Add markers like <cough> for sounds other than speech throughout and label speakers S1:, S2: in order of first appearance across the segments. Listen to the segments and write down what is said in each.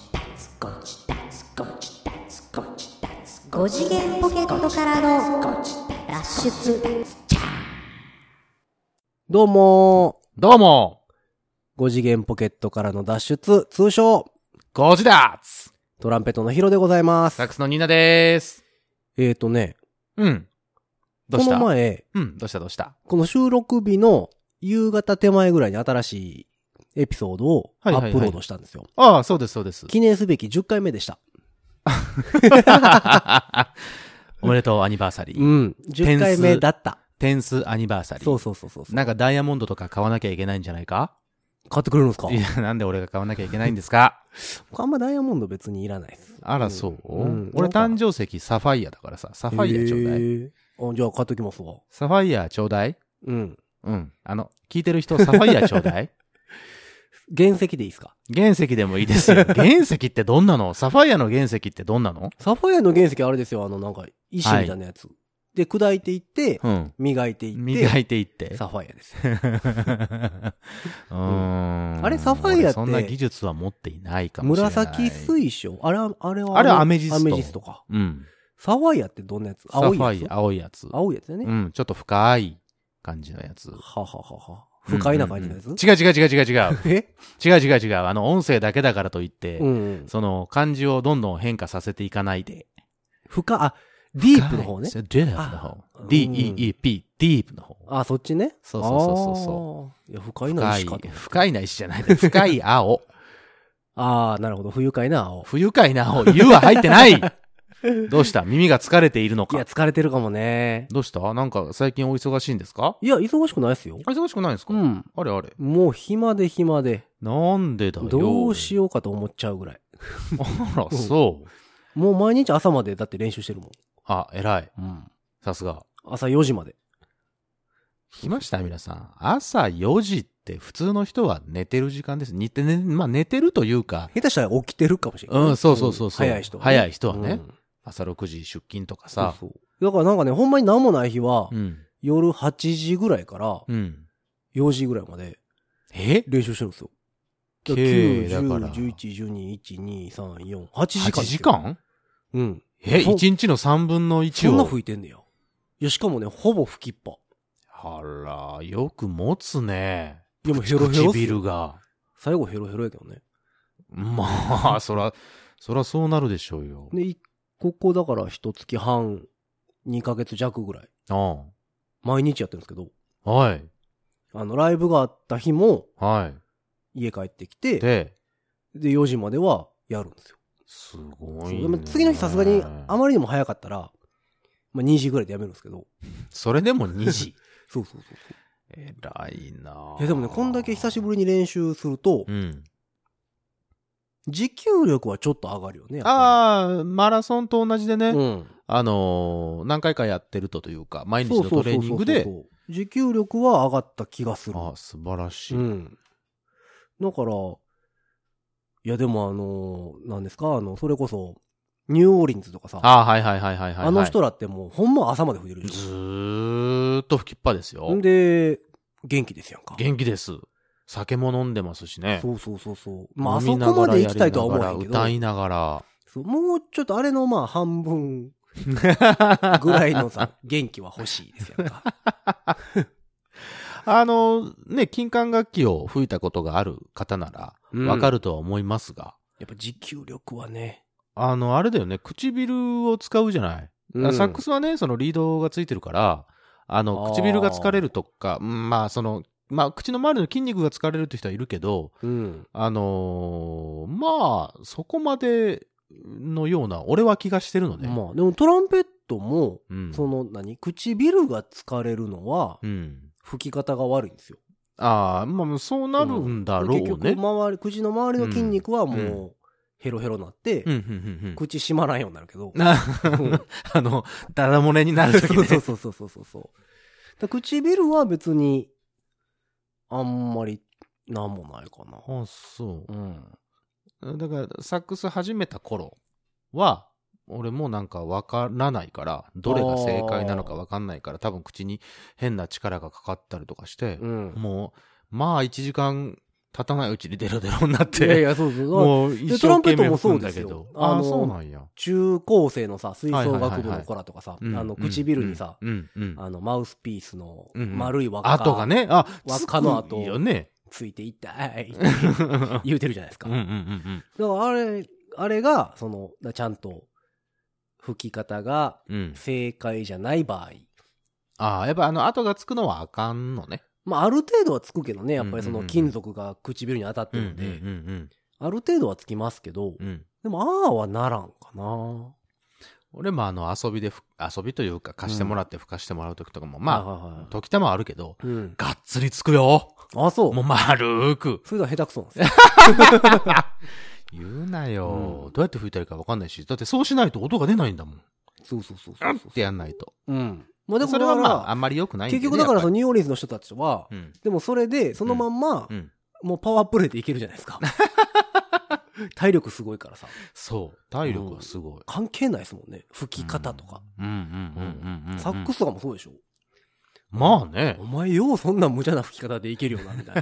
S1: ゴチダツゴチダツゴチダツ5次元ポケットからの脱出
S2: どうも
S3: どうも、
S2: ー、5次元ポケットからの脱出、通称、
S3: ゴジダーツ
S2: トランペットのヒロでございます
S3: サッ。クスのニーナでーす。
S2: えーとね、
S3: うん。どう
S2: こ
S3: した
S2: の前、
S3: うん、どうしたどうした
S2: この収録日の夕方手前ぐらいに新しいエピソードをア
S3: はいはい
S2: ッ
S3: はい
S2: プロードしたんですよ。
S3: ああ、そうです、そ
S2: <laughs>
S3: うです。
S2: 記念すべき10回目でした。
S3: <laughs> おめでとう、アニバーサリ
S2: う
S3: ー。
S2: ん、10回目だった。
S3: テンスアニバーサリー。
S2: そうそうそうそう。
S3: なんかダイヤモンドとか買わなきゃいけないんじゃないか
S2: 買ってくれるんですか
S3: いや、なんで俺が買わなきゃいけないんですか
S2: 僕あんまダイヤモンド別にいらないです。
S3: あら、そう、
S2: うん
S3: 俺誕生石サファイアだからさ、サファイアちょうだい。
S2: へーあじゃあ買っときますわ。
S3: サファイアちょうだい
S2: うん。
S3: うん。あの、聞いてる人、サファイアちょうだ
S2: <laughs>
S3: い
S2: 原石でいいですか
S3: 原石でもいいで
S2: <laughs>
S3: すよ。原石ってどんなのサファイアの原石ってどんなの
S2: サファイアの原石あれですよ、あのなんか石みたいなやつ。で、砕いていって、
S3: うん。
S2: 磨いていって、
S3: 磨いていって。 <laughs>
S2: サファイアです。
S3: うーん
S2: あれサファイアって
S3: 俺そんな技術は持っていないかもしれない。
S2: 紫水晶あれは、あれは、
S3: あれはアメジスト
S2: アメジストか。
S3: うん。
S2: サファイアってどんなやつ
S3: サフ
S2: 青いやつ
S3: ァイア、青いやつ。
S2: 青いやつだよね。
S3: うん、ちょっと深い感じのやつ。
S2: はははは。不快な感じのやつ、
S3: うんうんうん違う違う違う違う違う。
S2: え
S3: 違う違う違う。あの、音声だけだからといって、
S2: うんうん。
S3: その、漢字をどんどん変化させていかないで。
S2: 不快、あ、ディープの方ね
S3: そうディープの方
S2: あ。
S3: D-E-E-P、ディープの方。
S2: あ、そっちね。
S3: そうそうそうそうそ
S2: あーいや、不快な
S3: 深
S2: 石
S3: い
S2: かと、
S3: 深いな石じゃない。深い青。
S2: ああ、なるほど。不愉快な青。
S3: 不愉快な青。湯は入っ
S2: <laughs>
S3: てないどうした耳が疲れているの
S2: いや、
S3: か
S2: 疲れてるかもね。
S3: どうしたなんか最近お忙しいんですか
S2: いや、忙しくないですよ。
S3: あ忙しくないんですか、
S2: うん。
S3: あれあれ。
S2: もう暇で暇で、
S3: なんでだよ。
S2: どうしようかと思っちゃうぐらい。
S3: あら、そう。
S2: もう毎日朝までだって練習してるもん。
S3: あ、偉い。
S2: うん。
S3: さすが。
S2: 朝4時まで。
S3: 来ました皆さん。朝4時って普通の人は寝てる時間です。寝て、ね、まあ寝てるというか、
S2: 下手したら起きてるかもしれない。
S3: うんそうそうそうそうん
S2: 早い人はね。
S3: 早い人はね
S2: うん
S3: 朝6時出勤とかさ。
S2: そうそうだからなんかね、ほんまに何もない日は、
S3: うん。
S2: 夜8時ぐらいから
S3: うん。
S2: 4時ぐらいまで
S3: え
S2: 練習してるんですよ。だから
S3: 計
S2: 9、
S3: だから
S2: 10、11、12、1、2、3、4、8時間です
S3: ?8
S2: よ。
S3: 時間
S2: うん。
S3: え
S2: そう
S3: ?1 日の3分の1
S2: そ
S3: を。
S2: んな吹いてんねや。いや、しかもね、ほぼ吹きっぱ。
S3: あら、よく持つね。
S2: いや、もうヘロヘロっすよ。
S3: 唇が。
S2: 最後ヘロヘロやけどね。
S3: ま
S2: <laughs>
S3: あ、そら、そらそうなるでしょうよ。
S2: で、いここだから一月半、2ヶ月弱ぐらい、
S3: あ
S2: 毎日やってるんですけど、
S3: あ。はい。
S2: あの、ライブがあった日も、
S3: は
S2: 家帰ってき
S3: い。
S2: て、
S3: で、
S2: で、4時まではやるんですよ。
S3: すご
S2: そう
S3: い、ね。
S2: でも次の日さすがに、あまりにも早かったら、まあ、2時ぐらいでやめるんですけど、
S3: それでも2時。
S2: <laughs> そうそうそうそう。
S3: えらいない
S2: や、でもね、こんだけ久しぶ
S3: り。
S2: りに練習すると
S3: う、ん。
S2: 持久力はちょっと上がるよね、やっぱ
S3: ああ、マラソンと同じでね、
S2: りうん。
S3: あのー何回かやってるとというか、毎日のトレーニング
S2: そ
S3: で
S2: うそうそう、そう持久力は上がった気がする。
S3: ああ、素晴らしい。
S2: うん。だから、いやでもあの、なんですか、あの、それこそ、ニューオーリンズとかさ、
S3: ああ、はいはいはいはいはい、はい。
S2: あの人らってもうほんま朝まで吹いてる
S3: ず
S2: じ
S3: ーっと吹きっぱですよ
S2: ゃん。。んで、元気ですやんか。
S3: 元気です。酒も飲んでますしね。
S2: そうそうそうそう。まあ、あ
S3: 飲
S2: そこ
S3: みなが
S2: ま
S3: ら
S2: で行きたいとは思わへんけど
S3: や、りながら
S2: そうもうちょっとあれのまあ半
S3: <laughs>
S2: 分
S3: 歌いながら。
S2: ぐらいのさ、元気は欲しいですやんか。
S3: あの、ね、金管楽器を吹いたことがある方なら、
S2: うん
S3: わかるとは思いますが、
S2: やっぱ持久力はね。
S3: あの、あれだよね、唇を使うじゃない。
S2: うん
S3: サックスはね、そのリードがついてるから、あの、
S2: あー
S3: 唇が疲れるとか、うんまあ、その、まあ、口の周りの筋肉が疲れるって人はいるけど、
S2: うん。
S3: あのーまあ、そこまでのような、俺は気がしてるのね。
S2: まあ、でもトランペットも、
S3: うん。
S2: その何唇が疲れるのは、
S3: うん。
S2: 吹き方が悪いんですよ。
S3: ああ、まあ、そうなるんだろうね。
S2: 結局周り口の周りの筋肉は
S3: う
S2: もうヘロヘロなって、
S3: うん、うん、うん、うん。
S2: 口閉まらんようになるけど
S3: あ <laughs> あの、だだ漏れになるとき
S2: そう
S3: ね。
S2: そうそうそうそうそうだ唇は別にあんまりなんもないかな
S3: あ、そ
S2: うん
S3: う。だから、サックス始めた頃は、俺もなんかわからないから、どれが正解なのかわかんないから、多分口に変な力がかかったりとかして、
S2: うん
S3: もう、まあ1時間立たないうちにデロデロになっ
S2: いやい
S3: て、
S2: や、そうそう。
S3: <laughs> もう一生懸命吹くんだけ
S2: トラン
S3: ど
S2: ペッ。トもそうですよあ
S3: あ
S2: の
S3: あ、そうなんや。
S2: 中高生のさ、吹奏
S3: はいはい
S2: 楽
S3: はい
S2: 部
S3: はい
S2: の子らとかさ、あ
S3: うん
S2: の、唇にさ、、
S3: うんうんうん
S2: あの、マウスピースの
S3: うんうん
S2: 丸い輪っか
S3: 跡がね、あ、
S2: 輪っかの跡
S3: つくよね。
S2: ついていったいって
S3: うんうんうん
S2: 言うてるじゃないですか。
S3: うんう
S2: だか
S3: ん
S2: らあれ、あれが、その、だちゃんと吹き方が
S3: うんうん。
S2: 正解じゃない場合、
S3: ああ、やっぱあの跡がつくのはあかんのね。
S2: まあ、ある程度はつくけどね、やっぱりそ
S3: うんう
S2: の
S3: んうん
S2: 金属が唇に当たって
S3: うんう
S2: るんで、
S3: ん
S2: ある程度はつきますけど
S3: うんう、ん。
S2: でも、ああはならんかな。
S3: 俺もあの遊びでふ、遊びというか貸してもらって吹かしてもらう時とかも、
S2: あ
S3: ま
S2: はいは
S3: あ
S2: い、
S3: 時たまあるけど、
S2: うん。
S3: がっつりつくよ。
S2: あ、そう
S3: も。う丸ーく。
S2: それでは下手くそなん
S3: <laughs>
S2: ですよ。
S3: 言うなよ、
S2: うん
S3: どうやって吹いたらいいか分かんないし。だってそうしないと音が出ないんだもん。
S2: そうそうそう
S3: あ
S2: そう
S3: っ
S2: そう。
S3: てやんないと。
S2: うん。まあでも
S3: それはまあ、あんまり良くないんだ
S2: 結
S3: よね
S2: 局だからそ
S3: や
S2: の
S3: っ
S2: ニューオリンズの人たちは
S3: ぱ、りうん。
S2: でもそれでそのまんま、
S3: うん。
S2: もうパワープレイでいけるじゃないですか。
S3: <laughs>
S2: 体力すごいからさ。
S3: そう。体力はすごい。
S2: 関係ないですもんね。吹き方とか。
S3: うんうんうんうんうんうん。
S2: サックスとかもそうでしょ。
S3: まあね
S2: お。前ようそんな無茶な吹き方でいけるよな、みたい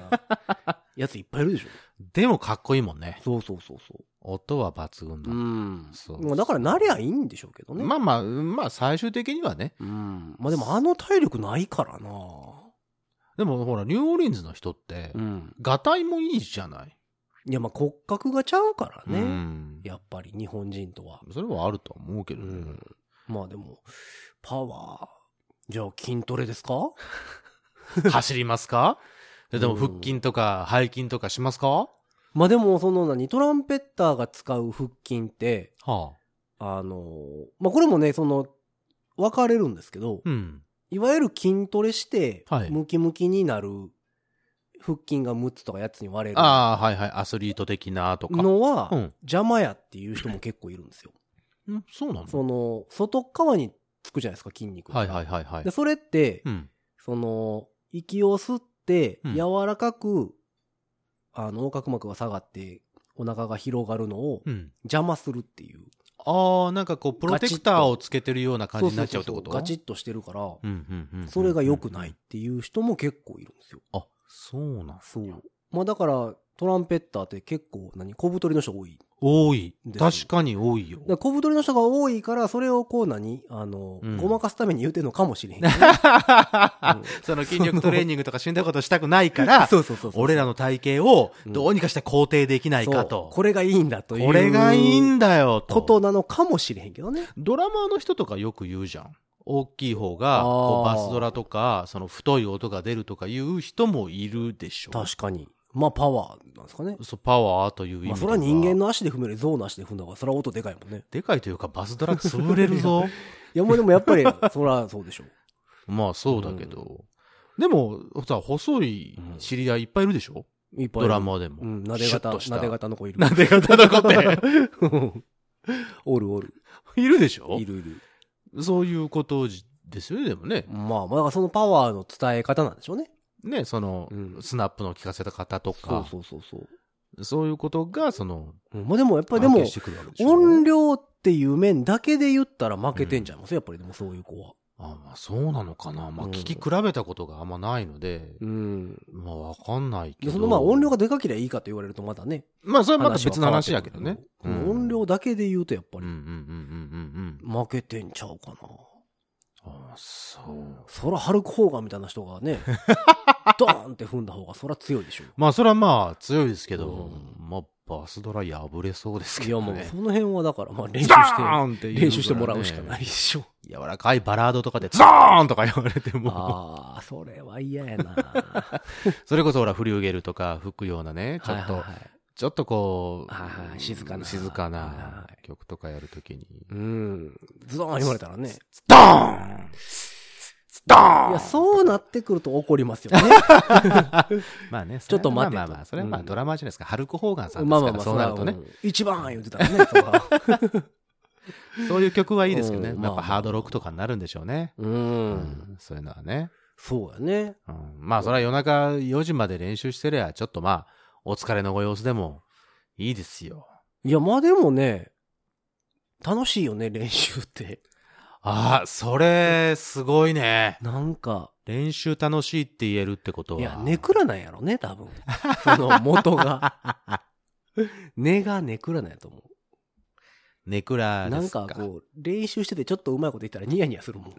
S2: な。やついっぱいいるでしょ。
S3: <laughs> でもかっこいいもんね。
S2: そうそうそうそ
S3: 音は抜群
S2: う。
S3: だ。
S2: うん。
S3: そう
S2: まあだからなりゃいいんでしょうけどね。
S3: まあまあ、まあ最終的にはね。
S2: うん。まあでもあの体力ないからな
S3: でもほら、ニューオーリンズの人って、
S2: ん。
S3: ガタイもいいじゃない。
S2: いやまあ骨格がちゃうからね。
S3: うん
S2: やっぱり日本人とは。
S3: それはあるとは思うけど
S2: う
S3: ね
S2: ん。まあでも、パワー。じゃあ筋トレですか
S3: 走ります <laughs> かででも
S2: うん
S3: 腹筋とか背筋とかしますかは
S2: まあでもその何、トランペッターが使う腹筋って、
S3: あ。
S2: あの、まあこれもね、その、分かれるんですけど、
S3: うん。
S2: いわゆる筋トレして
S3: はい、
S2: ムキムキになる腹筋が6つとか8つに割れる
S3: ああ、はいはい。アスリート的なとか。
S2: の
S3: う
S2: は、
S3: ん。
S2: 邪魔やっていう人も結構いるんですよ。
S3: うんそうなの
S2: その、外っ側につくじゃないですか、筋肉が。
S3: はいはいはいはい
S2: で、。それって
S3: う、ん。
S2: その、息を吸って
S3: う、ん
S2: 柔らかく、あの、横隔膜が下がって、お腹が広がるのを
S3: うん。
S2: 邪魔するっていう。
S3: ああ、なんかこう、プロテクターをつけてるような感じになっちゃうってこ
S2: そ
S3: と
S2: うそうそうガチッとしてるから、
S3: うんうんうんうん。
S2: それが良くないっ。ていう人も結構いるんですよ。
S3: あ、そうなん。
S2: そう。まあだから、トランペッターって結構、何、小太りの人が多い。
S3: 多い
S2: で。す
S3: 確かに多いよ
S2: だ。
S3: <laughs>
S2: から小太りの人が多いから、それをこう何、あの、
S3: うん
S2: ごまかすために言うてるのかもしれへんけど
S3: <laughs>
S2: ね、うん
S3: その筋力トレーニングとか死んだいことしたくないから、
S2: そうそうそうそう。
S3: 俺らの体型をどうにかして肯定できないか
S2: そう
S3: と。
S2: これがいいんだという。
S3: これがいいんだよと。
S2: ことなのかもしれへんけどね。
S3: ドラマーの人とかよく言うじゃん。大きい方が、
S2: あー
S3: こうバスドラとか、その太い音が出るとかいう人もいるでしょ。
S2: 確かに。まあパワーなんですかね。
S3: そう、パワーという意味で
S2: ま
S3: は。
S2: あそれは人間の足で踏むより象の足で踏んだ方が、それは音でかいもんね。
S3: でかいというか、バスドラ潰れる
S2: <laughs>
S3: ぞ。
S2: いやもうでもやっ
S3: <laughs>
S2: ぱり、それはそうでしょう。
S3: まあそうだけど。でも、さ、細い知り合いいっぱいいるでしょ、
S2: いっぱいい
S3: ド
S2: る
S3: ラマでも。
S2: うん、なで
S3: シュッ
S2: 型、
S3: とした
S2: なで型の子いる。
S3: なで型の子って。
S2: <laughs> おるおる。
S3: いるでしょ
S2: いるいる。
S3: そういうことじですよね、でもね。
S2: まあ、まあだからそのパワーの伝え方なんでしょうね。
S3: ね、その、
S2: うん
S3: スナップの効かせた方と
S2: そう
S3: か、
S2: そうそうそう。
S3: そういうことが、その、
S2: うんまあでもやっぱりでも
S3: 関係し、てくるわけでしょ
S2: 音量っていう面だけで言ったら負けてんじゃいますやっぱりでもそういう子は。
S3: あまあそうなのかな。まあ
S2: うん
S3: 聞き比べたことがあんまないので、
S2: うん。
S3: まあわかんない
S2: で、
S3: けど。
S2: そのまあ音量がでかけりゃいいかと言われるとまたね。
S3: まあそれはまた別の話やけどね。
S2: 話は変わってくるけど音量
S3: だ
S2: だけで言うとやっぱ
S3: うん
S2: り
S3: うんうんうんうんうん。
S2: 負けてんちゃうかな。
S3: あそう。
S2: そらハルク・ホーガンみたいな人が
S3: <laughs>
S2: ね、ドーンって踏んだ方がそら強いでしょ。
S3: まあそれはまあ強いですけど、
S2: う
S3: まあバスドラ破れそうですけ
S2: いや
S3: ど
S2: もう
S3: ね
S2: そ。の辺はだからまあ練習
S3: ズド
S2: して、
S3: ーンっていうぐらいね
S2: 練習してもらうしかないでしょ。
S3: 柔らかいバラードとかでズドーンとか言われても、
S2: ああ、それは嫌や
S3: <laughs>
S2: な。
S3: それこそほらフリューゲルとか吹くようなね、ちょっ
S2: はい
S3: と
S2: はい、はい
S3: ちょっとこう
S2: はいは、い静かな
S3: 静か
S2: はいは
S3: ない曲とかやるときに、
S2: うん。ズドーン言われたらね。
S3: スドーンスドーン
S2: いや、そうなってくると怒ります
S3: <laughs>
S2: よね。
S3: まあね、
S2: ちょっと待てと
S3: まあまあまあ、それはま
S2: う
S3: あ
S2: ん
S3: ドラマーじゃないですか。ハルク・ホーガンさんで
S2: まあ
S3: す
S2: ま
S3: か
S2: あまあ、
S3: ら、そうなるとね
S2: そ。ら。うん一番言ってたらね、そら。
S3: <laughs> そういう曲はいいですけどね。
S2: うん
S3: やっ
S2: まあま
S3: ぱ
S2: あ
S3: ハードロックとかになるんでしょうね。
S2: う。
S3: うんんそういうのはね。
S2: そうやね。
S3: うんまあ、それは夜中4時まで練習してりゃ、ちょっとまあ、お疲れのご様子でもいいですよ。 <laughs>
S2: いや、まあでもね、楽しいよね、練習って。
S3: あ、それ、すごいね。
S2: なんか、
S3: 練習楽しいって言えるってことは。
S2: いや、ネクラなんやろね、多分。そ
S3: <laughs>
S2: の元が。根がネクラなんやと思う。
S3: ネクラ
S2: な
S3: で
S2: ん
S3: すか。
S2: かこう、練習しててちょっとうまいこと言ったらニヤニヤするもん。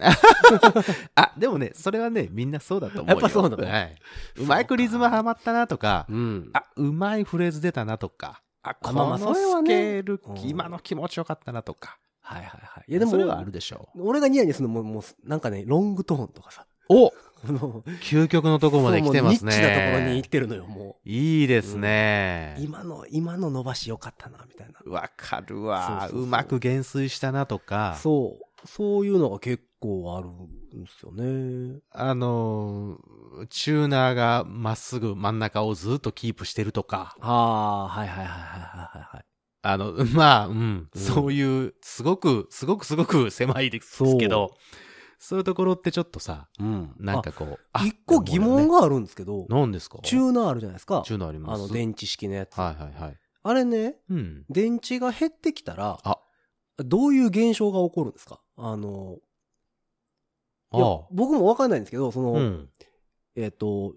S3: あ、でもね、それはね、みんなそうだと思うよ。
S2: やっぱそうなの
S3: はい。うまくリズムハマったなとか、
S2: うん。
S3: あ、うまいフレーズ出たなとか、あ、こ
S2: あまあま
S3: の
S2: あ
S3: ス
S2: それはね
S3: ケール、
S2: うん
S3: 今の気持ちよかったなとか。
S2: はいはいはい。い
S3: い
S2: やでも、
S3: それはあるでしょ
S2: 俺がニヤニヤするのも、もう、なんかね、ロングトーンとかさ。
S3: う。お
S2: あの
S3: 究極のとこまで来てますね。
S2: そうもうニッチなところに行ってるのよ、も
S3: いいですね。
S2: う。今の、今の伸ばしよかったな、みたいな。
S3: わかるわ
S2: そう
S3: う
S2: そうそう
S3: まく減衰したなとか、
S2: そう。そういうのが結構あるんですよね。
S3: あのー、チューナーがまっすぐ真ん中をずっとキープしてるとか、
S2: ああ、はいはいはいはいはいはい。
S3: あの、 <laughs> まあ、うん、
S2: うん
S3: そういう、すごく、すごくすごく狭いですけど、そういうところってちょっとさ、
S2: うん。
S3: なんかこう、
S2: あ、
S3: あ
S2: 一個疑問
S3: が、
S2: があるんですけど、
S3: 何ですか
S2: チューナーあるじゃないですか
S3: チ。ューナーありま
S2: あ
S3: す
S2: の、電池式のやつ。
S3: はいはいはい。
S2: あれね、
S3: うん。
S2: 電池が減ってきたら、
S3: あ
S2: どういう現象が起こるんですかあの、いや
S3: あ
S2: 僕もわかんないんですけど、その、
S3: あ。うん。
S2: えっ、と、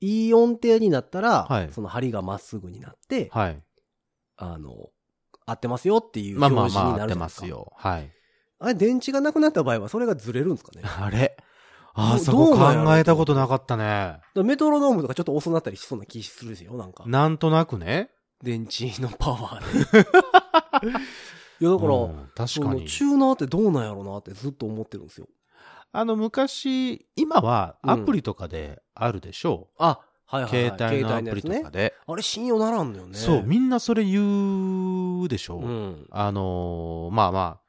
S2: いい音程になったら、
S3: はい
S2: その針がまっすぐになって、
S3: はい。
S2: あの、合ってますよっていう
S3: まあまあ
S2: 表
S3: ま
S2: 示に
S3: あ、合
S2: なる
S3: って
S2: じゃない
S3: ま
S2: ですか。
S3: すよ。
S2: <laughs>
S3: はい。
S2: あれ、電池がなくなった場合は、それがずれるんですかね。だか
S3: あれああ、
S2: ど
S3: そこ
S2: どうなんやろう
S3: 考えたことなかったね。
S2: らメトロノームとかちょっと遅なったりしそうな気するんですよ、なんか。
S3: なんとなくね。
S2: 電池のパワー <laughs> で。いや、だから、
S3: うん確
S2: そ
S3: か
S2: の
S3: に。
S2: チューナーってどうなんやろうなってずっと思ってるんですよ。
S3: あの、昔、今は
S2: うん
S3: アプリとかであるでしょ
S2: あ、はいは
S3: う。
S2: い、
S3: 携
S2: はい。
S3: 帯のアプリ
S2: 携
S3: と
S2: 帯のや
S3: か
S2: つね。
S3: で。
S2: あれ、信用ならんのよね。
S3: そう、みんなそれ言うでしょ
S2: う
S3: う。
S2: ん。
S3: あのー、まあまあ、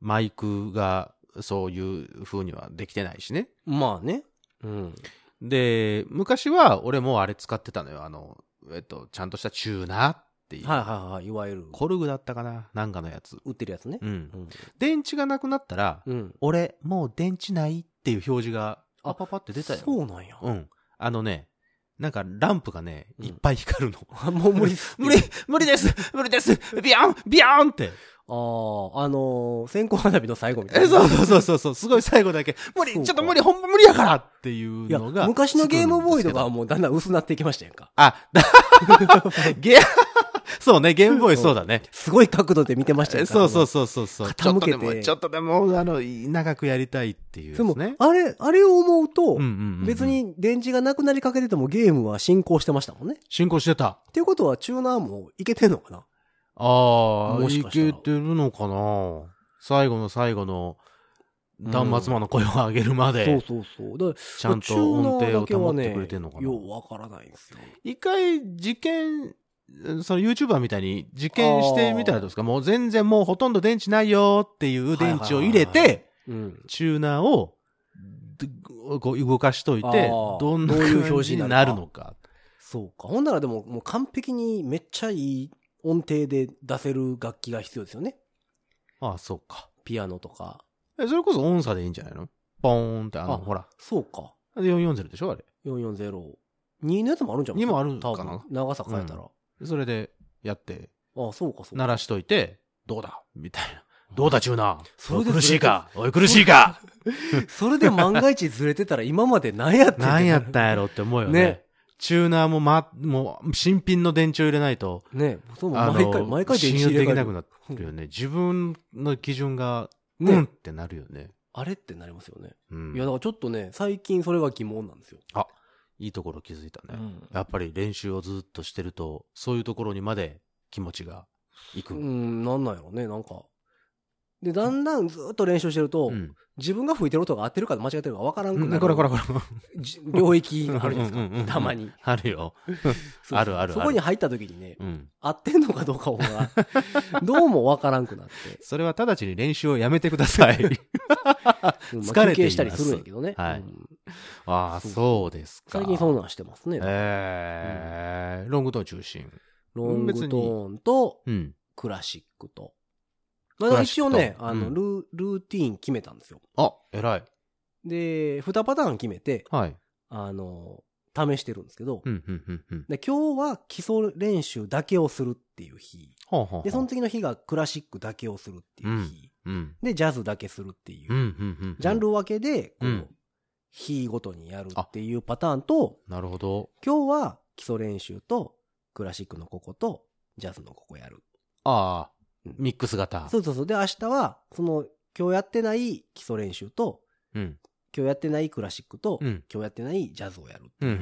S3: マイクがそういう風にはできてないしね。
S2: まあね。うん。
S3: で、昔は俺もあれ使ってたのよ。あの、えっと、ちゃんとしたチューナーっていう。
S2: はいはいはい。いわゆる、
S3: コルグだったかななんかのやつ。
S2: 売ってるやつね。
S3: うん
S2: う。ん。
S3: 電池がなくなったら、
S2: うん。
S3: 俺、もう電池ないっていう表示が、
S2: あ
S3: パパパって出たよ。
S2: そうなんや。
S3: うん。あのね、なんかランプがね、
S2: うん
S3: いっぱい光るの。
S2: あ <laughs> もう無理っす。
S3: 無理無理です無理ですビヤンビヤンって。
S2: ああ、あのー、線香花火の最後みたいな。
S3: え、そうそうそうそうそう、すごい最後だけ、無理ち
S2: そう
S3: ょっ
S2: か
S3: と無理ほんま無理やからっていう
S2: いや、
S3: のが。
S2: 昔のゲームボーイとかは
S3: つくんです
S2: もうだんだん薄なっていきましたやんか。
S3: けど。あ、 <laughs> だゲー、そうね、ゲームボーイそうだね。
S2: すごい角度で見てましたや
S3: え
S2: んか。
S3: そうそう
S2: そ
S3: そうそうそう。ちょ
S2: 傾
S3: っと
S2: け
S3: で
S2: て
S3: も、ちょっとでも、あの、長くやりたいってい
S2: の。で
S3: うで
S2: すも
S3: ね、。
S2: あれ、あれを思うと、
S3: うんうんうん
S2: 別。に電池がなくなりかけててもゲームは進行してましたもんね。
S3: 進行してた。
S2: っていうことはチューナーもいけてんのかな
S3: ああ、
S2: もし
S3: い
S2: かしたら
S3: けてるのかな最後の最後の、端末魔の声を上げるま
S2: そ
S3: で
S2: う、そうそう。だから
S3: ちゃんと音程を保ってくれてんのか
S2: チューナーだけ
S3: な
S2: はねようわからないんですよ。
S3: 一回、事件、その YouTuber みたいに、事件してみたらどうですかもう全然もうほとんど電池ないよっていう電池を入れ
S2: はいはいはい
S3: て、
S2: うん。
S3: チューナーを、でこう動かしとい
S2: あ
S3: て、
S2: ー
S3: どんな
S2: どういう表
S3: 表
S2: 示
S3: 示
S2: にな
S3: に
S2: るか
S3: なるのか。
S2: そうか。ほんならでも、もう完璧にめっちゃいい音程で出せる楽器が必要ですよね。
S3: ああ、そうか。
S2: ピアノとか。
S3: えそれこそ音差でいいんじゃないのポーンって、あの、
S2: あ
S3: ほら。
S2: そうか。
S3: で、440でしょあれ。
S2: 440。2のやつもあるんじゃん。
S3: にもあるかな
S2: 多分長さ変えたら。
S3: それで、やって、
S2: ああ、そうか、そうか。
S3: 鳴らしといて、どうだみたいな。どうだ、チューナー。
S2: それ
S3: おい
S2: で
S3: 苦しいかおい、苦しいか
S2: それで万が一ずれてたら今まで何
S3: <laughs>
S2: やってんてな
S3: 何
S2: る
S3: やったんやろって思うよね。
S2: ね
S3: チューナーもま、もう、新品の電池を入れないと、
S2: ねそう
S3: あの
S2: 毎回、毎回電
S3: 信
S2: 池
S3: 用
S2: 入れ
S3: で
S2: 替え
S3: きな
S2: る
S3: くなるよね。自分の基準が、
S2: ね
S3: うんってなるよね。
S2: あれってなりますよね。
S3: うん。
S2: いや、だからちょっとね、最近それが疑問なんですよ。
S3: いいところ気づいたね。
S2: ん
S3: やっぱり練習をずっとしてると、そういうところにまで気持ちがいく。
S2: うん、なんなんやろね、なんか。で、だんだんずっと練習してると、
S3: うん。
S2: 自分が吹いてる音が合ってるか間違ってるか分からんくなる。
S3: こらこらこら。
S2: じ領域があるじゃない
S3: うんうんう
S2: で
S3: んう
S2: す
S3: ん
S2: か。たまに。
S3: <laughs> あるよ。
S2: そう
S3: あるあるある
S2: そこに入った時にね、
S3: うん。
S2: 合ってんのかどうか
S3: <laughs>
S2: が、どうも分からんくなって。
S3: それは直ちに練習をやめてくだ
S2: <laughs>
S3: さい。
S2: うんまあ
S3: 疲れています
S2: 休憩したりするんやけどね。
S3: はい
S2: うん
S3: ああ、そうですか。
S2: 最近そんなんしてますね。
S3: えーロングトーン中心。
S2: ロングトーンと
S3: うん。
S2: クラシックと。まあ
S3: クラシ
S2: 一
S3: ッ
S2: 応
S3: クと
S2: ね、あの、
S3: うん
S2: ルールーティーン決めたんですよ。
S3: あ、偉い。
S2: で、2パターン決めて、
S3: はい。
S2: あの、試してるんですけど
S3: う、ん、うん、うん、うん。
S2: で今日は基礎練習だけをするっていう日。
S3: ほうほうほう。
S2: で、その次の日がクラシックだけをするっていう日。
S3: うん。
S2: で、ジャズだけするっていう
S3: うん、う。ん、うん。
S2: ジャンル分けで、こう、
S3: うん
S2: 日ごとにやるっていうパターンと、
S3: なるほど。
S2: 今日は基礎練習と、クラシックのここと、ジャズのここやる。
S3: ああ
S2: うん、
S3: ミックス型。
S2: そうそうそう。で、明日は、その、今日やってない基礎練習と、
S3: うん。
S2: 今日やってないクラシックと、
S3: うん。うん、
S2: 今日やってないジャズをやる
S3: うん、うん、う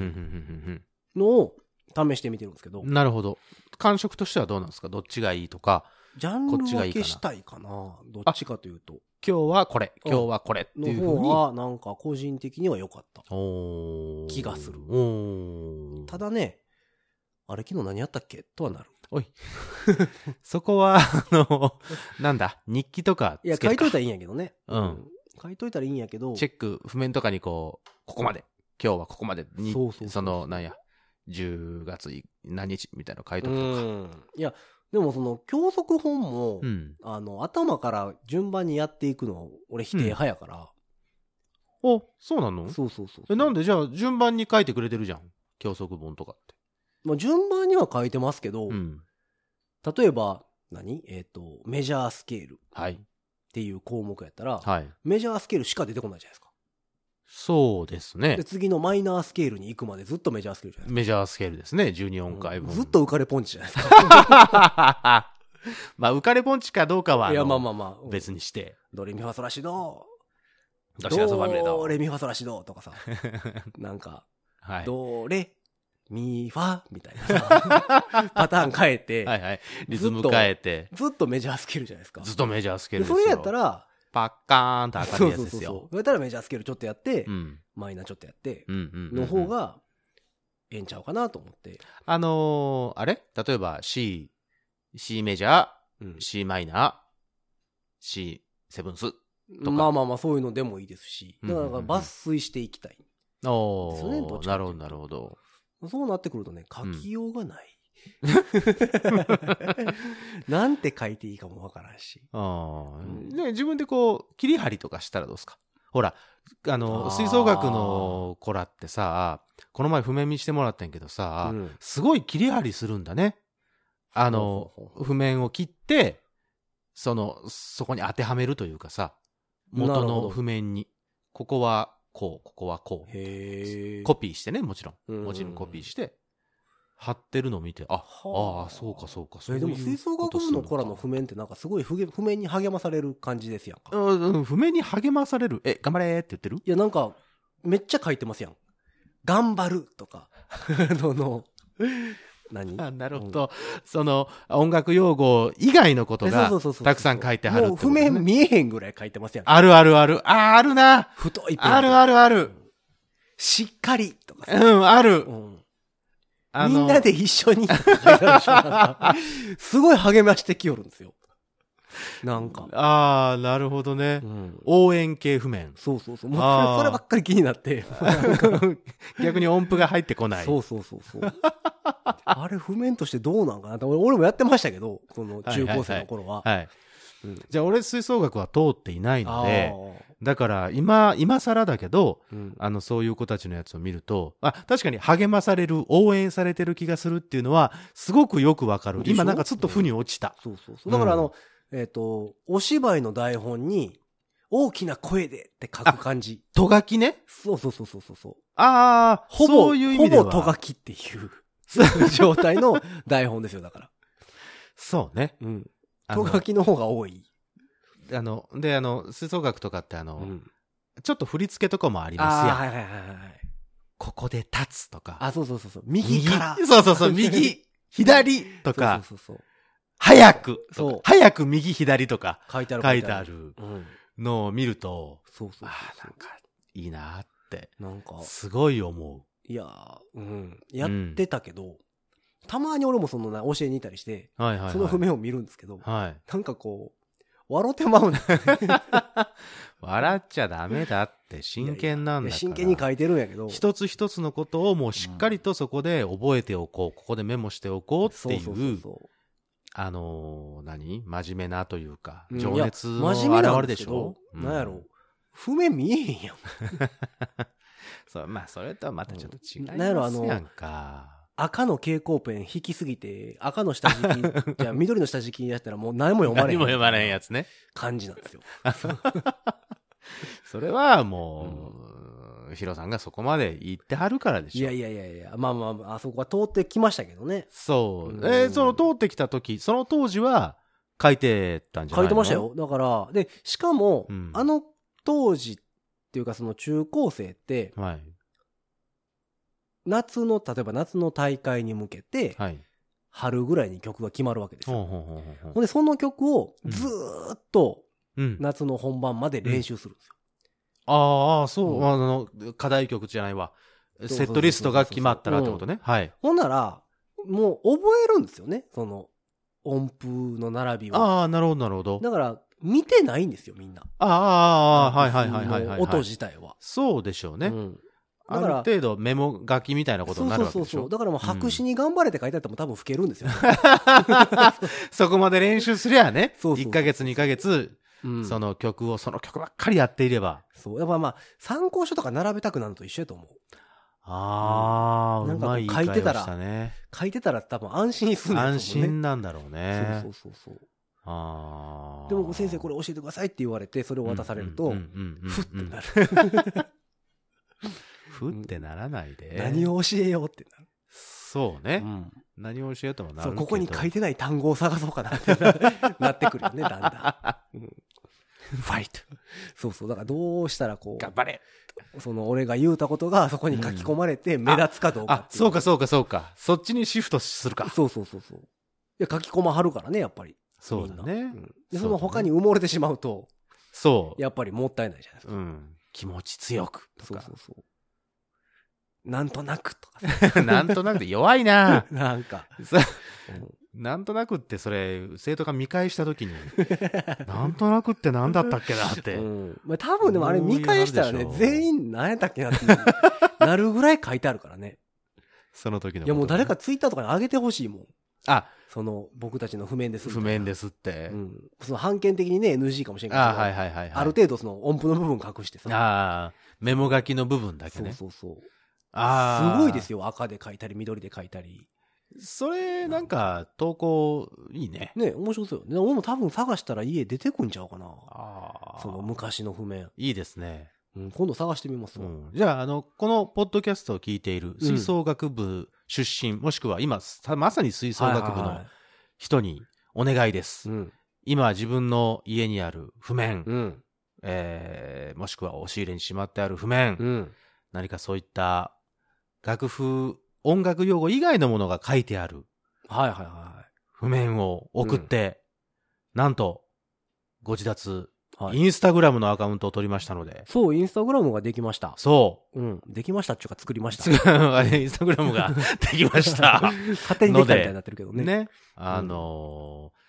S3: ん、
S2: のを試してみてるんですけど
S3: うん。、なるほど。感触としてはどうなんですかどっちがいいとか、
S2: ジャンル
S3: こっちが
S2: 分
S3: いいか
S2: け
S3: な
S2: したいかな。どっちかというと。
S3: 今日はこれ、
S2: うん
S3: 今日はこれって
S2: の
S3: いうふうに。
S2: 方が、なんか個人的には良かった。
S3: おー
S2: 気がする
S3: おー
S2: ただね、あれ昨日何やったっけとはなる。
S3: <laughs> そこは、あの、なんだ、日記とか
S2: いや、
S3: つけ
S2: 書い
S3: るか
S2: といたらいいんやけどね。
S3: うん。
S2: 書いといたらいいんやけど、
S3: チェック、譜面とかにこう、ここまで、今日はここまでに、
S2: そうそうそう
S3: その、なんや、10月い何日みたいなの書いと
S2: う
S3: くとか。
S2: ん。いや、でもその、教則本も、
S3: うん。
S2: あの、頭から順番にやっていくの、俺否定派やから。
S3: お、そうなの
S2: そうそうそう。
S3: え、なん
S2: で
S3: でじゃあ、順番に書いてくれてるじゃん。教則本とかって。
S2: まあ、順番には書いてますけど、
S3: うん。
S2: 例えば、何えっ、と、メジャースケールっ
S3: はい。
S2: ていう項目やったら、
S3: はい。
S2: メジャースケールしか出てこないじゃないですか。
S3: そうですね
S2: で、。次のマイナースケールに行くまでずっとメジャースケールじゃないで
S3: メジャースケールですね。12
S2: すか。
S3: 音階分。
S2: ずっと。浮かれポンチじゃないですか。
S3: <laughs> まあ、浮かれポンチかどうかは、
S2: いや、まあ
S3: あ
S2: まあまあ。
S3: の、別にして。
S2: ドレミファソラシド。
S3: どちらそばめれ
S2: ド
S3: ど。
S2: レミファソラシ
S3: <laughs>
S2: ドとかさ、なんか、
S3: はい。 <laughs>
S2: ドレミファみたいなさパターン変えて、
S3: はいはい。リズム変えて、
S2: ずっとメジャースケールじゃないですか。
S3: ずっとメジャースケー
S2: で
S3: ルです
S2: そ
S3: よ。
S2: れやった、ら、
S3: パッカーンと明るいやつで
S2: そう
S3: す
S2: そうそうそ
S3: よ
S2: う。。それやったらメジャースケールちょっとやって、
S3: うん。
S2: マイナーちょっとやって
S3: う、んうんうんうん。
S2: の方が、ええんちゃうかなと思って。
S3: あのー、あれ例えば C、C メジャー、
S2: うん
S3: C マイナー、C セブンス。か
S2: まあまあまあ、そういうのでもいいですし、だからなんか
S3: うんうんうん
S2: 抜粋していきたい。
S3: お
S2: ですよねどっ
S3: ー、
S2: ちか
S3: な
S2: っていう
S3: るほど、
S2: と
S3: なるほど。
S2: そうなってくるとね、書きようが
S3: <laughs>
S2: ない。なんて書いていいかもわからんし。
S3: あ
S2: うん
S3: ーね、自分でこう、切り張りとかしたらどうですかほら、あの、
S2: あー
S3: 吹奏楽の子らってさ、この前譜面見してもらったんやけどさ、
S2: うん
S3: すごい切り張りするんだね。あの
S2: ほうほう、ほう
S3: 譜面を切って、その、そこに当てはめるというかさ、元
S2: なるほど
S3: の譜面に、ここはこう、ここはこう。
S2: へえ。
S3: コピーしてね、もちろ
S2: うん
S3: ん。もちろんコピーして、貼ってるのを見て、あ、
S2: はあ
S3: ああ、そうかそうか、
S2: そ
S3: そうい
S2: れ
S3: う
S2: でも吹奏楽部の子らの譜
S3: 面。
S2: 面ってなんかすごい譜譜面に励まされる感じですやんか。
S3: うんうん、譜面に励まされる。え、頑張れーって言ってる
S2: いやなんかめっちゃ書いてますやん。頑張るとか。 <laughs> あのの、何
S3: あなるほど。その、音楽用語以外のこと
S2: え
S3: が
S2: そうそうそうそう、
S3: たくさん書いてあるって
S2: もう
S3: こと
S2: 譜
S3: ね
S2: 面見えへんぐらい書いてますやん。
S3: あるあるある。あー、あるな。
S2: 太いペンで
S3: あるあるある。
S2: しっかりとか
S3: う
S2: さ。
S3: ん、ある
S2: う。ん
S3: あ
S2: み
S3: の
S2: んなで一緒にと <laughs> か書いてあるでしょなんかすごい励ましてきよるんですよ。なんか。
S3: ああ、なるほどね
S2: う。ん
S3: 応援系譜面。
S2: そうそうそう。もう
S3: あー
S2: そればっかり気になって。
S3: 逆に音符が入ってこ <laughs> ない。
S2: <laughs> そうそうそうそう。あれ譜面としてどうなんかなって俺俺もやってましたけど、その中高生の頃は。
S3: はい。
S2: うん
S3: じゃあ、俺、吹奏楽は通っていないので、
S2: あ
S3: だから、今、今更だけど、
S2: ーうん
S3: あの、そういう子たちのやつを見ると、あ、確かに励まされる、応援されてる気がするっていうのは、すごくよくわかる。
S2: でしょ
S3: 今、なんかちょっと負に落ちた。
S2: そうそうそう。だからあの、えっ、と、お芝居の台本に、大きな声でって書く感じ。
S3: とがきね。
S2: そうそうそうそうそうそう。
S3: ああ、
S2: ほぼ、
S3: そういう意味では。
S2: ほぼとがきっていう、そういう状態の台本ですよ、だから。
S3: そうね。
S2: うん。
S3: あ
S2: と
S3: の
S2: がきの方が多い。
S3: あの、で、あの、吹奏楽とかって、あの、
S2: ん。
S3: ちょっと振り付けとかもあります
S2: あ
S3: や
S2: あ、
S3: ん。
S2: はいはいはいはいはい。
S3: ここで立つとか。
S2: あ、そうそうそうそう。右から。
S3: そうそう
S2: <laughs>
S3: そう、右、左とか、
S2: そうそうそうそう。
S3: 早くと
S2: そう
S3: か、早く右左とか
S2: 書いてある
S3: 書いてあ。る
S2: うん。
S3: のを見ると、
S2: そうそうそうそう。
S3: ああ、なんか、いいなーって、
S2: なんか、
S3: すごい思
S2: いやー、うん。やってたけど、たまに俺もそのな、教えに行ったりして、
S3: う。はいはい、はい。
S2: その譜面を見るんですけど、
S3: はい。
S2: なんかこう、笑ってまうんだよね
S3: 笑っちゃダメだって、真剣 <laughs> なん
S2: いや
S3: だから。
S2: 真剣に書いてるんやけど、
S3: 一つ一つのことをもうしっかりとそこで覚えておこう、ここでメモしておこうっていう、
S2: そうそうそう
S3: あのー何真面目なというか、
S2: うん
S3: 情熱
S2: いや
S3: の
S2: 真面目
S3: 表
S2: なん
S3: れ
S2: で
S3: です
S2: け
S3: し
S2: ど
S3: ょ、
S2: なんやろう。譜面見えへんやん。
S3: そうまあそれとはまたちょっと違
S2: う
S3: い
S2: ん
S3: ま
S2: なんやろあ
S3: す
S2: の
S3: やんか。
S2: 赤の蛍光ペン引きすぎて、赤の下敷き、じゃあ緑の下敷きやったらもう何も読まれへ
S3: 何
S2: ん。
S3: も読まれへんやつね。
S2: 感じなんです
S3: <laughs>
S2: よ。
S3: それはもう、ヒロさんがそこまで言ってはるからでしょ。
S2: いやいやいやいや、まあまあ、あそこは通ってきましたけどね。
S3: そう。
S2: うん
S3: えーその通ってきた時、その当時は書いてたんじゃな
S2: 書
S3: い
S2: い
S3: の
S2: てました。よ。だから、で、しかも、
S3: うん
S2: あの当時っていうかその中高生って、
S3: はい。
S2: 夏の、例えば夏の大会に向けて、
S3: はい。
S2: 春ぐらいに曲が決まるわけです
S3: ほう
S2: よ。
S3: ほうほうほう
S2: ほ
S3: ほ
S2: んで、その曲をずーっと
S3: う。うん。
S2: 夏の本番まで練習するんですよ。
S3: ああ、そう、
S2: うん
S3: あの、課題曲じゃないわ。
S2: そう
S3: セットリストが決まったらってことね。はい。
S2: ほんなら、もう覚えるんですよね。その、音符の並びを。
S3: ああ、なるほど、なるほど。
S2: だから、見てないんですよ、みんな。
S3: ああああ、ああ、はいはいはいはいはい、はい。
S2: 音自体は。
S3: そうでしょうね。
S2: うん
S3: あ
S2: だ
S3: る
S2: から
S3: 程度メモ書きみたいなこと
S2: そう
S3: にな
S2: そ
S3: る
S2: う
S3: わけ
S2: そう
S3: でし
S2: そ
S3: ょ
S2: う。だからもう白紙に頑張れって書いてあっても多分吹けるんですよね。
S3: <laughs> そこまで練習すりゃね。
S2: そうそうそう
S3: 1ヶ月、2ヶ月、
S2: うん
S3: その曲を、その曲ばっかりやっていれば。
S2: そう。やっぱまあ、参考書とか並べたくなるのと一緒やと思う。
S3: ああ、
S2: うん
S3: うま
S2: なん
S3: い
S2: かこう書いてたら
S3: 言い換えをし
S2: 書いてたら多分安心す
S3: た
S2: るんだと思う、
S3: ね。
S2: ね。
S3: 安心なんだろうね。
S2: そうそうそうそう。
S3: ああ。
S2: でも先生これ教えてくださいって言われて、それを渡される
S3: う
S2: と
S3: ん、うんうんうんうん
S2: ふってなる。
S3: ふってならないで。
S2: 何を教えようってなる。
S3: そうね。
S2: うん
S3: 何を教えてもなる
S2: そう、ここに書い
S3: て
S2: てない単語を探そうかなって
S3: <laughs>
S2: ななってくるよね、だんだん。うんファイト。そうそう。だからどうしたらこ
S3: 頑張れ
S2: う、その俺が言うたことがそこに書き込まれて目立つかどうか
S3: あ
S2: っ、てい
S3: そうかそうかそうか。そっちにシフトするか。
S2: そうそうそうそう。いや、書き込まはるからね、やっぱり。
S3: そうだ
S2: みん
S3: ね
S2: な。うんで、その他に埋もれてしまうと、
S3: そう。
S2: やっぱりもったいないじゃないですか。
S3: うん。気持ち強くと
S2: そう
S3: か
S2: そ。うそう。なんとなくとか
S3: <laughs> なんとなくで弱いな
S2: <laughs>
S3: <laughs>
S2: さ。なんか。
S3: そ
S2: うん
S3: なんとなくってそれ、生徒が見返した時に、なんとなくってなんだったっけなって。
S2: うんまあ多分でもあれ見返したらね
S3: どういうのあるでしょう、
S2: 全員何やったっけなっていう <laughs> なるぐらい書いてあるからね。
S3: その時のことね。
S2: いやもう誰かツイッターとかに上げてほしいもん。
S3: あ、
S2: その僕たちの譜面です。
S3: 譜面ですって
S2: う。ん。その判件的にね NG かもしれんけど、
S3: あはいはいはいはい。
S2: ある程度その音符の部分隠してさ。
S3: ああ、メモ書きの部分だけ
S2: そう
S3: ね。
S2: そうそう。
S3: ああ。
S2: すごいですよ。赤で書いたり、緑で書いたり。
S3: それ、なんか、投稿、いいね。
S2: ね、面白そうよね。俺も多分探したら家出てくんちゃうかな。
S3: あ
S2: その昔の譜面。
S3: いいですね。
S2: うん、今度探してみます
S3: う
S2: わ
S3: ん、じゃあ、あの、このポッドキャストを聞いている、吹奏楽部出身、もしくは今、さまさに吹奏
S2: は
S3: 楽部
S2: いはいは
S3: の
S2: い
S3: 人にお願いです。
S2: うん。
S3: 今、自分の家にある譜面、
S2: うん。
S3: えー、もしくは押し入れにしまってある譜面、
S2: うん。
S3: 何かそういった楽譜、音楽用語以外のものが書いてある
S2: はいはいは
S3: 譜面を送って、なんと、ご自立、
S2: いはい。
S3: インスタグラムのアカウントを取りましたので、
S2: そう、インスタグラムができました。
S3: そ
S2: うん。できましたっていうか作り <laughs> まし
S3: う、 <laughs>
S2: た。
S3: つインスタグラムが <laughs> できました。
S2: <laughs> 勝手にできたみたいになってるけどね。
S3: ね。あのー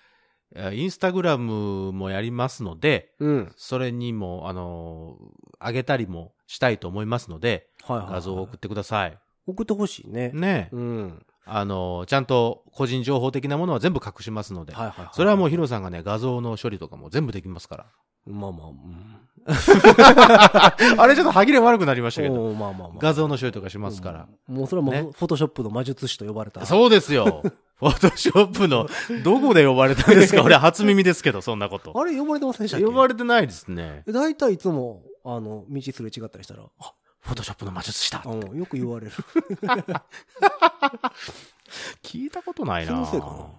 S3: インスタグラムもやりますので、
S2: うん。
S3: それにも、あのー上げたりもしたいと思いますので、
S2: はいはいはい。
S3: 画像を送ってください。
S2: 送ってほしいね。
S3: ね。
S2: うん。
S3: あのーちゃんと個人情報的なものは全部隠しますので、
S2: はいはいはい。
S3: それはもうヒロさんがね、画像の処理とかも全部できますから。
S2: まあまあ、うん。 <laughs>
S3: あれちょっと歯切れ悪くなりましたけど、
S2: おーまあまあまあ。
S3: 画像の処理とかしますから。
S2: うん。もうそれはもう、
S3: ね
S2: フォトショップの魔術師と呼ばれた。
S3: そうで
S2: <laughs>
S3: すよ。フォトショップの、どこで呼ばれたんですか俺初耳ですけど、そんなこと。
S2: あれ呼ばれてませんでしたっけ
S3: 呼ばれてないですね。
S2: 大体いつも、あの、道すれ違ったりしたら、あ、
S3: フォトショップの魔術師だ
S2: うん、よく言われる。
S3: 聞いたことないな
S2: そのせいかな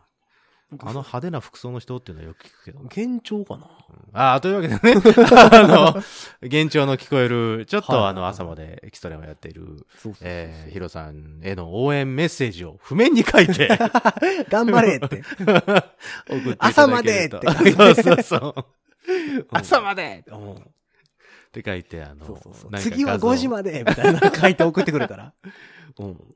S3: あの派手な服装の人っていうのはよく聞くけど。
S2: 幻聴かな
S3: ああ、というわ
S2: <laughs>
S3: けでね、あの、幻聴の聞こえる、ちょっ
S2: はいは
S3: と
S2: い
S3: あの、朝までエキストレをやっている、
S2: そうそうそう
S3: えーヒロさんへの応援メッセージを譜面に書い <laughs> て、
S2: 頑張れって。
S3: 送っていただけると
S2: 朝までって書い
S3: そう
S2: て
S3: そうそう。 <laughs> 朝まで
S2: うん
S3: って書いて、あの、
S2: そうそうそう
S3: 何か
S2: 次は
S3: 画像
S2: 5時までみたいなの書いて送ってくるから。うん。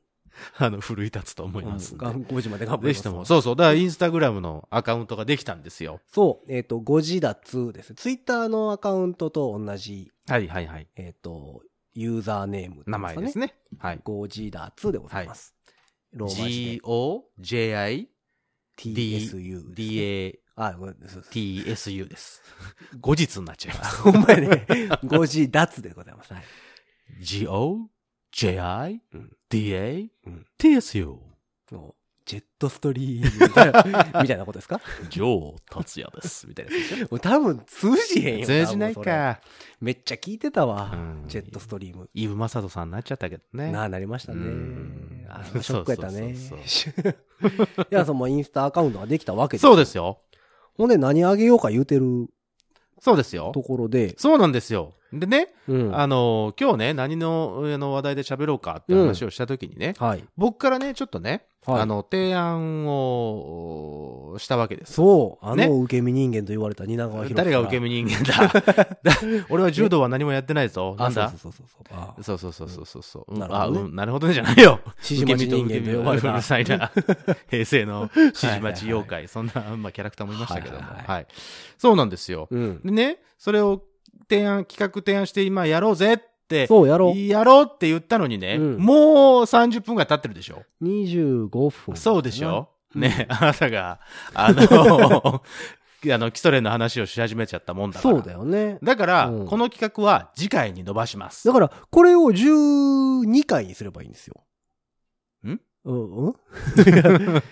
S3: あの、奮い立つと <laughs> 思いますんで。
S2: 5時まで頑張
S3: ぜ
S2: り
S3: ひ
S2: ます
S3: と。も、そうそう、だからインスタグラムのアカウントができたんですよ。
S2: そう、えっ、と、5時だつです。ツイッターのアカウントと同じ、
S3: はいはいはい。
S2: えっ、と、ユーザーネーム、
S3: 名前です。ね。はい。
S2: 5時だつでございます。ローマ字
S3: G-O-J-I-D-A-T-S-U
S2: で TSU ですね。あ、ごめんそうそう
S3: <laughs> です。後 <laughs> 日になっちゃいます。
S2: ほんまやね。5時脱でございます。はい。
S3: G-O JI、
S2: うん、
S3: DA、
S2: うん、
S3: TSU、
S2: もうジェットストリームみたいなみたいなこと
S3: <laughs>
S2: ですか
S3: ジョー達也です。みたいなやつ <laughs> でしょ。
S2: もう多分通じへんよ。
S3: 通じない
S2: 多分それ。
S3: か。
S2: めっちゃ聞いてたわ。
S3: うん
S2: ジェットストリーム。
S3: イブ・マサトさんになっちゃったけどね。
S2: なあ、なりました
S3: う
S2: ね
S3: ん。
S2: あ <laughs> ショックやったね。
S3: そう
S2: いや、そのインスタアカウントができたわけで。
S3: そうですよ。
S2: ほんで何あげようか言うてる
S3: そうですよ
S2: と。ころで。
S3: そうなんですよ。でね、
S2: うん。
S3: あの、今日ね、何のあの話題で喋ろうかって話をした時にね、
S2: はい。
S3: 僕からね、ちょっとね、
S2: はい
S3: あの、提案をおしたわけです。
S2: そう。あ
S3: ね
S2: の受け身人間と言われた蜷川博
S3: 誰が受け
S2: 身
S3: 身人間 <laughs> だだ俺は柔道は何もやってないぞ。な
S2: あ、
S3: ん
S2: そう
S3: だ
S2: そうそうそうそう。あ
S3: そうそうそうそうそうそう、うん
S2: なるほ
S3: あ、
S2: どね
S3: うん、なるほどねじゃないよ。
S2: 指示待ち人間と呼ばれ
S3: う
S2: た
S3: <laughs> るさいな。平成の指示待ち妖怪。そんな、まあ、キャラクターもいましたけども。
S2: は
S3: はいい
S2: はいはい
S3: そうなんですよ。
S2: うん。
S3: でね、それを提案、企画提案して今やろうぜって、
S2: そう、やろう。
S3: やろうって言ったのにね、
S2: うん
S3: もう30分ぐらい経ってるでしょ。
S2: 25分。
S3: そうでしょ
S2: うん
S3: ね、あなたが、あ <laughs> の、あの、基礎練の話をし始めちゃったもんだから。
S2: そうだよね。
S3: だから、
S2: うん
S3: この企画は次回に伸ばします
S2: だ。から、これを12回にすればいいんですよ。
S3: ん
S2: うんうん
S3: <laughs> ん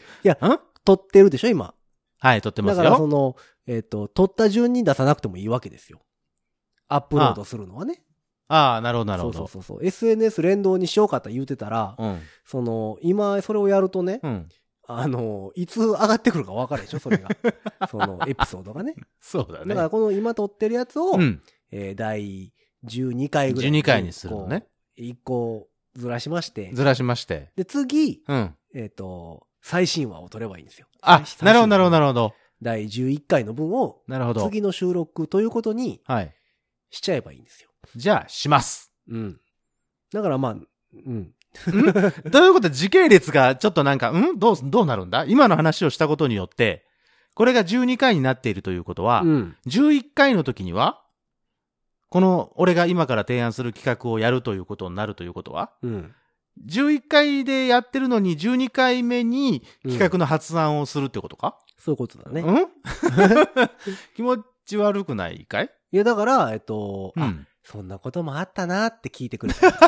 S2: 撮ってるでしょ、今。
S3: はい、撮ってま
S2: だ
S3: す
S2: から、そ
S3: よ。
S2: の、えっ、と、撮った順に出さなくてもいいわけですよ。アップロードするのはね。
S3: ああ、なるほど、なる
S2: そ
S3: ほ
S2: うそう
S3: ど。
S2: そうそう。SNS 連動にしようかって言うてたら、
S3: うん。
S2: その、今、それをやるとね、
S3: うん。
S2: あの、いつ上がってくるか分かるでしょ、そ
S3: <laughs>
S2: れが。その、エピソードがね。
S3: そう
S2: だ
S3: だ
S2: から、
S3: ね。
S2: この今撮ってるやつを、
S3: うん。
S2: えー第12回ぐらい。
S3: 12回にするのね。
S2: 一個ずらしまして。
S3: ずらしまして。
S2: で、次、
S3: うん。
S2: えっ、と、最新話を撮ればいいんですよ。
S3: あ
S2: 最、新
S3: なるほど、なるほど、な
S2: 話
S3: るほど。
S2: 第11回の分を、
S3: なるほど。
S2: 次の収録ということに
S3: はい。
S2: しちゃえばいいんですよ。
S3: じゃあ、します。
S2: うん。だからまあ、うん。
S3: ということで、時系列がちょっとなんか、うんどう、どうなるんだ今の話をしたことによって、これが12回になっているということは、
S2: うん。
S3: 11回の時には、この、俺が今から提案する企画をやるということになるということは、
S2: うん。
S3: 11回でやってるのに、12回目に企画の発案をするってことか、
S2: そういうことだ
S3: う
S2: ね。
S3: ん <laughs> 気持ち悪くないかい
S2: いや、だから、えっと、
S3: う
S2: あ、
S3: ん。
S2: そんなこともあったなって聞いてくれ
S3: <laughs>
S2: たらいいん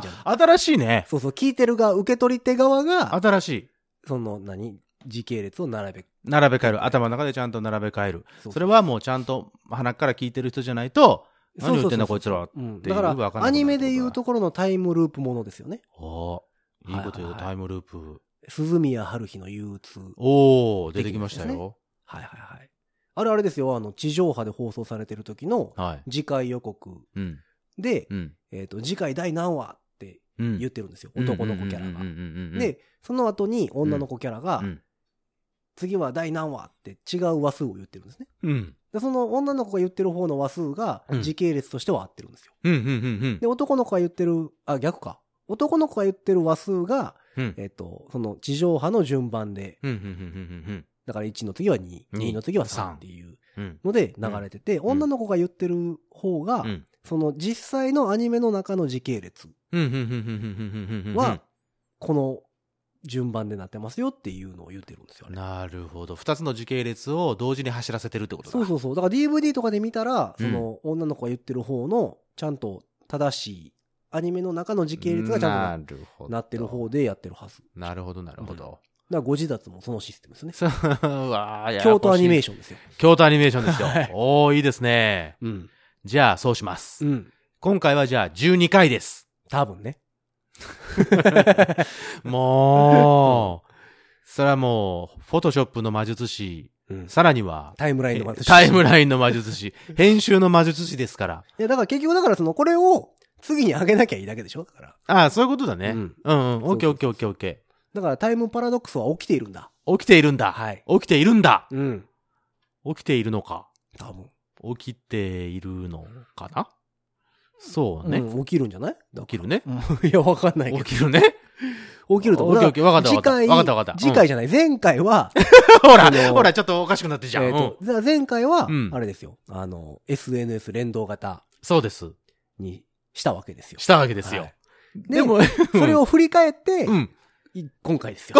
S2: じゃない
S3: 新しいね。
S2: そうそう、聞いてる側、受け取り手側が、
S3: 新しい。
S2: その、何時系列を並べ、
S3: 並べ替える。頭の中でちゃんと並べ替える。
S2: そう
S3: それはもうちゃんと鼻から聞いてる人じゃないと、
S2: そう
S3: 何
S2: そうそう
S3: 言ってんだこいつらは。
S2: うん、
S3: てい
S2: だ
S3: う
S2: か、
S3: わからんなくなる
S2: アニメで言うところのタイムループものですよね。
S3: おーいいこと言
S2: はいはい
S3: う、
S2: はい
S3: タイムループ。
S2: 鈴宮春日の憂鬱。
S3: おー、出てきました
S2: できるん
S3: よ。
S2: はいはいはい。あれあれですよ、あの、地上波で放送されてる時の
S3: は
S2: 次回予告
S3: い。うん。
S2: で、
S3: うん。
S2: えっ、と、次回第何話って
S3: うん
S2: 言ってるんですよ、男の子キャラ
S3: うんう
S2: が。
S3: んうんうんうん、
S2: で、その後に女の子キャラが、
S3: うん
S2: 次は第何話って違う話数を言ってるんですね。
S3: うん。
S2: で、その女の子が言ってる方の話数が
S3: うん
S2: 時系列としては合ってるんですよ。
S3: うんうんうん
S2: で、男の子が言ってる、あ、逆か。男の子が言ってる話数が、
S3: うん。うん
S2: えっ、と、その地上波の順番で、
S3: うんうんうん
S2: だから1の次は2、
S3: 二
S2: 2の次は3
S3: 三
S2: っていう
S3: うんうん
S2: ので流れてて、
S3: ん
S2: 女の子が言ってる方が、
S3: うん。うん
S2: その実際のアニメの中の時系列
S3: うんうんうんうんうんうんうん
S2: は、この順番でなってますよっていうのを言ってるんですよ、ね。
S3: なるほど。二つの時系列を同時に走らせてるってことだ。
S2: そうそうそう。だから DVD とかで見たら、
S3: うん
S2: その女の子が言ってる方の、ちゃんと正しい、アニメの中の時系列がちゃん
S3: なるほ
S2: と
S3: ど。
S2: なってる方でやってるはず。だか
S3: なるほど、なるほど。
S2: らご自立もそのシステムですね。
S3: <laughs> そう、うわー
S2: 京都アニメー
S3: シ
S2: ションですよ。
S3: ョン。京都アニメーションですよ
S2: はい。
S3: おー、いいですね。
S2: うん。
S3: じゃあ、そうします
S2: う。ん。
S3: 今回はじゃあ、12
S2: <laughs>
S3: 回です。
S2: 多分ね。
S3: もう、それはもう、フォトショップの魔術師、
S2: うん
S3: さらには、
S2: タイムラインの
S3: え
S2: 話
S3: タイムラインの魔術師。編集の魔術師ですから。
S2: いや、だから結局だからその、これを次に上げなきゃいいだけでしょだから。
S3: ああ、そういうことだね。
S2: う
S3: うんん。うん、オッケー
S2: そ
S3: オッケーオッケーオッケ
S2: だからタイムパラドックスは起きているんだ。
S3: ー。起きているんだ。
S2: はい。
S3: 起きているんだ。
S2: うん。
S3: 起きているのか。
S2: 多分。
S3: 起きているのかなそうね。
S2: うん、起きるんじゃないだ
S3: 起きるね。 <laughs>
S2: いや、わかんないけど。
S3: 起
S2: 起
S3: きるね。
S2: きると思う。
S3: オッケーオッケーわかったわかった
S2: 次回
S3: わかったわかった
S2: 次回じゃない。前回は、
S3: ほ
S2: <laughs>
S3: ら
S2: あのー、
S3: ほら、ちょっとおかしくなってるじゃん。
S2: えっ
S3: うん
S2: と、だから前回は
S3: うん、
S2: あれですよ。あの、SNS 連動型
S3: そうです。
S2: にしたわけですよ。
S3: したわけですよ
S2: は。で
S3: でも、 <laughs>
S2: それを振り返って
S3: う、ん。
S2: い今回ですよ。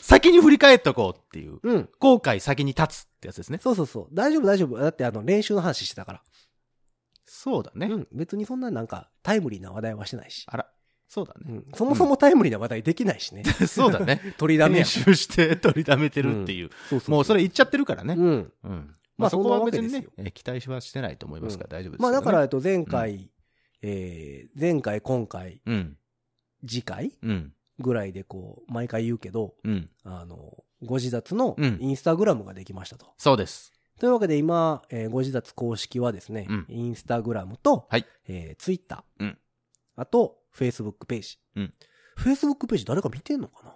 S3: 先に振り返っとこうっていう。
S2: うん。
S3: 後悔先に立つってやつですね。
S2: そうそうそう。大丈夫大丈夫。だってあの、練習の話してたから。
S3: そうだね。
S2: うん、別にそんななんかタイムリーな話題はしてないし。
S3: あら、そうだ
S2: う
S3: ね。 <laughs>
S2: ん、そもそもタイムリーな話題できないしね。
S3: そう
S2: <laughs>
S3: だね。
S2: 取りだめや
S3: 編
S2: ん。
S3: 集して取りだめてるっていう。
S2: そうそう
S3: もうそれ言っちゃってるからね。
S2: うん。
S3: うん。
S2: まあ
S3: まあそこ
S2: そんな
S3: は
S2: わけ
S3: 別
S2: で
S3: に
S2: すよ
S3: ね、えー期待はしてないと思いますから大丈夫ですけ
S2: ま
S3: ど
S2: あ
S3: ね
S2: だから、えっと、前回、えー、前回、今回、
S3: うん。
S2: 次回
S3: うん。
S2: ぐらいでこう、毎回言うけど、
S3: うん。
S2: あの、ご自立の
S3: うん
S2: インスタグラムができましたと。
S3: そうです。
S2: というわけで今、えーご自立公式はですね、
S3: うん
S2: インスタグラムと、
S3: はい
S2: えー、ツイッター、
S3: うん
S2: あと、フェイスブックページ。
S3: うん
S2: フェイスブックページ誰か見てんのかな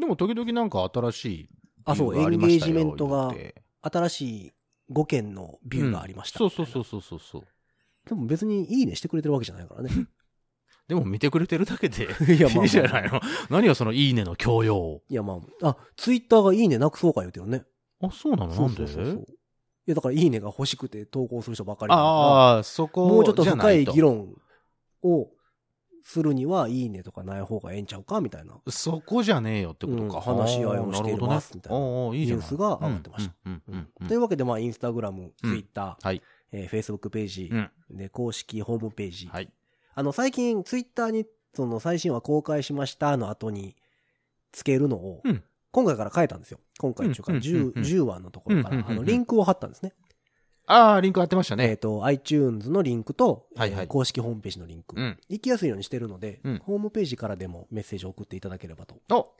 S3: でも時々なんか新しい
S2: あ、そう、
S3: 理
S2: エ
S3: 由が
S2: ン
S3: り
S2: ゲ
S3: まし
S2: ー
S3: た
S2: ジ
S3: よ
S2: メントが
S3: 言うて
S2: 新しい5件のビューがありました、
S3: そうそうそうそうそうそう。
S2: う。でも別にいいねしてくれてるわけじゃないからね。
S3: <laughs> でも見てくれてるだけで、
S2: いや、まあまあ
S3: いいじゃないの。何よそのいいねの強要。
S2: いや、まあ、あ、ツイッターがいいねなくそうか言うてるね。
S3: あ、そうなのなんで
S2: そうそうそういや、だからいいねが欲しくて投稿する人ばかりだか
S3: ああ、そ
S2: ら、
S3: こ
S2: もうちょっと
S3: じゃな
S2: 深い議
S3: と。
S2: 論をするには、いいねとかない方がええんちゃうかみたいな
S3: そこじゃねえよってことか。
S2: うん話し合いをしていますみたいな
S3: あーるほどねあー、いい
S2: ニ
S3: じゃ
S2: ュー
S3: ない
S2: スが上がってました。。
S3: うんうんうんうん
S2: というわけで、まあ、インスタグラム、ツ
S3: う
S2: イ
S3: ん
S2: ッター、
S3: はい
S2: えー、フェイスブックページ、
S3: うん
S2: で、公式ホームページ。
S3: はい。
S2: あの、最近、ツイッターに、その、最新話公開しましたの後に、つけるのを、
S3: うん
S2: 今回から変えたんですよ。今回中か、
S3: うんうんうんうん
S2: 10, 10話のところから、
S3: うんうんうんうん
S2: あの、リンクを貼ったんですね。
S3: ああ、リンク貼ってました
S2: えっ、
S3: ね。
S2: と、iTunes のリンクと、
S3: はいはい
S2: えー公式ホームページのリンク、
S3: うん。
S2: 行きやすいようにしてるので、
S3: うん
S2: ホームページからでもメッセージを送っていただければと、
S3: お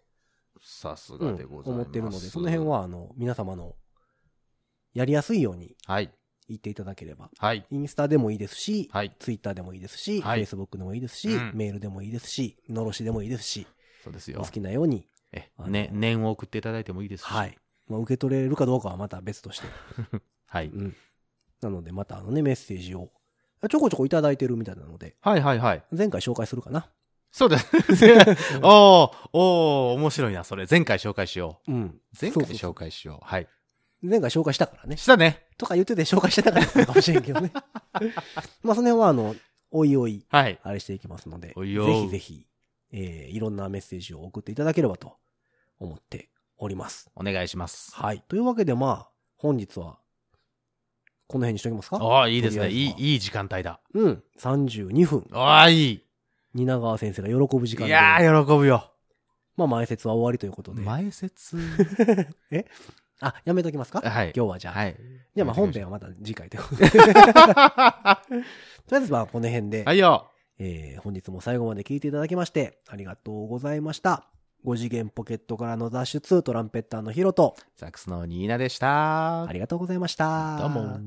S3: さす
S2: う
S3: がで
S2: ん
S3: ございます。
S2: 思ってるので、その辺。は、あの、皆様の、やりやすいように
S3: はい。
S2: 言っていただければ、
S3: はい。
S2: インスタでもいいですし、
S3: はい。
S2: ツイッターでもいいですし、フ
S3: は
S2: ェイ
S3: い
S2: スブックでもいいですし、
S3: うん
S2: メールでもいいですし、のろしでもいいですし、
S3: そうです
S2: お
S3: よ
S2: 好。きなように、
S3: え
S2: あ、の
S3: ね、念を送っていただいてもいいですし
S2: はい。。まあ、受け取れるかどうかはまた別として。
S3: はい。
S2: うん。なので、またあのね、メッセージを、ちょこちょこいただいてるみたいなので、
S3: はいはいはい。
S2: 前回紹介するかな。
S3: そうです。おー、おー、面白いな、それ。前回紹介しよ
S2: うん。
S3: う。前
S2: そう
S3: 回
S2: そう
S3: 紹介しよう。はい。
S2: 前回紹介したからね。
S3: したね。
S2: とか言ってて紹介してたからそうかもしれんけど
S3: <laughs>
S2: ね。まあ、その辺は、あの、おいおい、
S3: はい。
S2: あれしていきますので、
S3: おいよ
S2: ぜひぜひ、えーいろんなメッセージを送っていただければと思っております。
S3: お願いします。
S2: はい。というわけで、まあ、本日は、この辺にしときますか
S3: ああ、いいですね。
S2: とりあえ
S3: い、
S2: ずはい
S3: いい時間帯だ。
S2: うん。32分。
S3: ああ、いい。
S2: 蜷川先生が喜ぶ時間
S3: い
S2: で。
S3: やー、喜ぶよ。
S2: まあ、前説は終わりということで。
S3: 前説。
S2: <laughs> あ、やめときますか
S3: はい
S2: 今日はじゃあ。
S3: はい。
S2: じゃあ、まあ、本編はまた次回ということ
S3: <laughs>
S2: で。とりあえず、まあ、この辺で、
S3: はいよ。
S2: えー本日も最後まで聞いていただきまして、ありがとうございました。5次元ポケットからの脱出、トランペッターのヒロと、
S3: サックスのニーナでした
S2: あ。りがとうございました。
S3: どうも。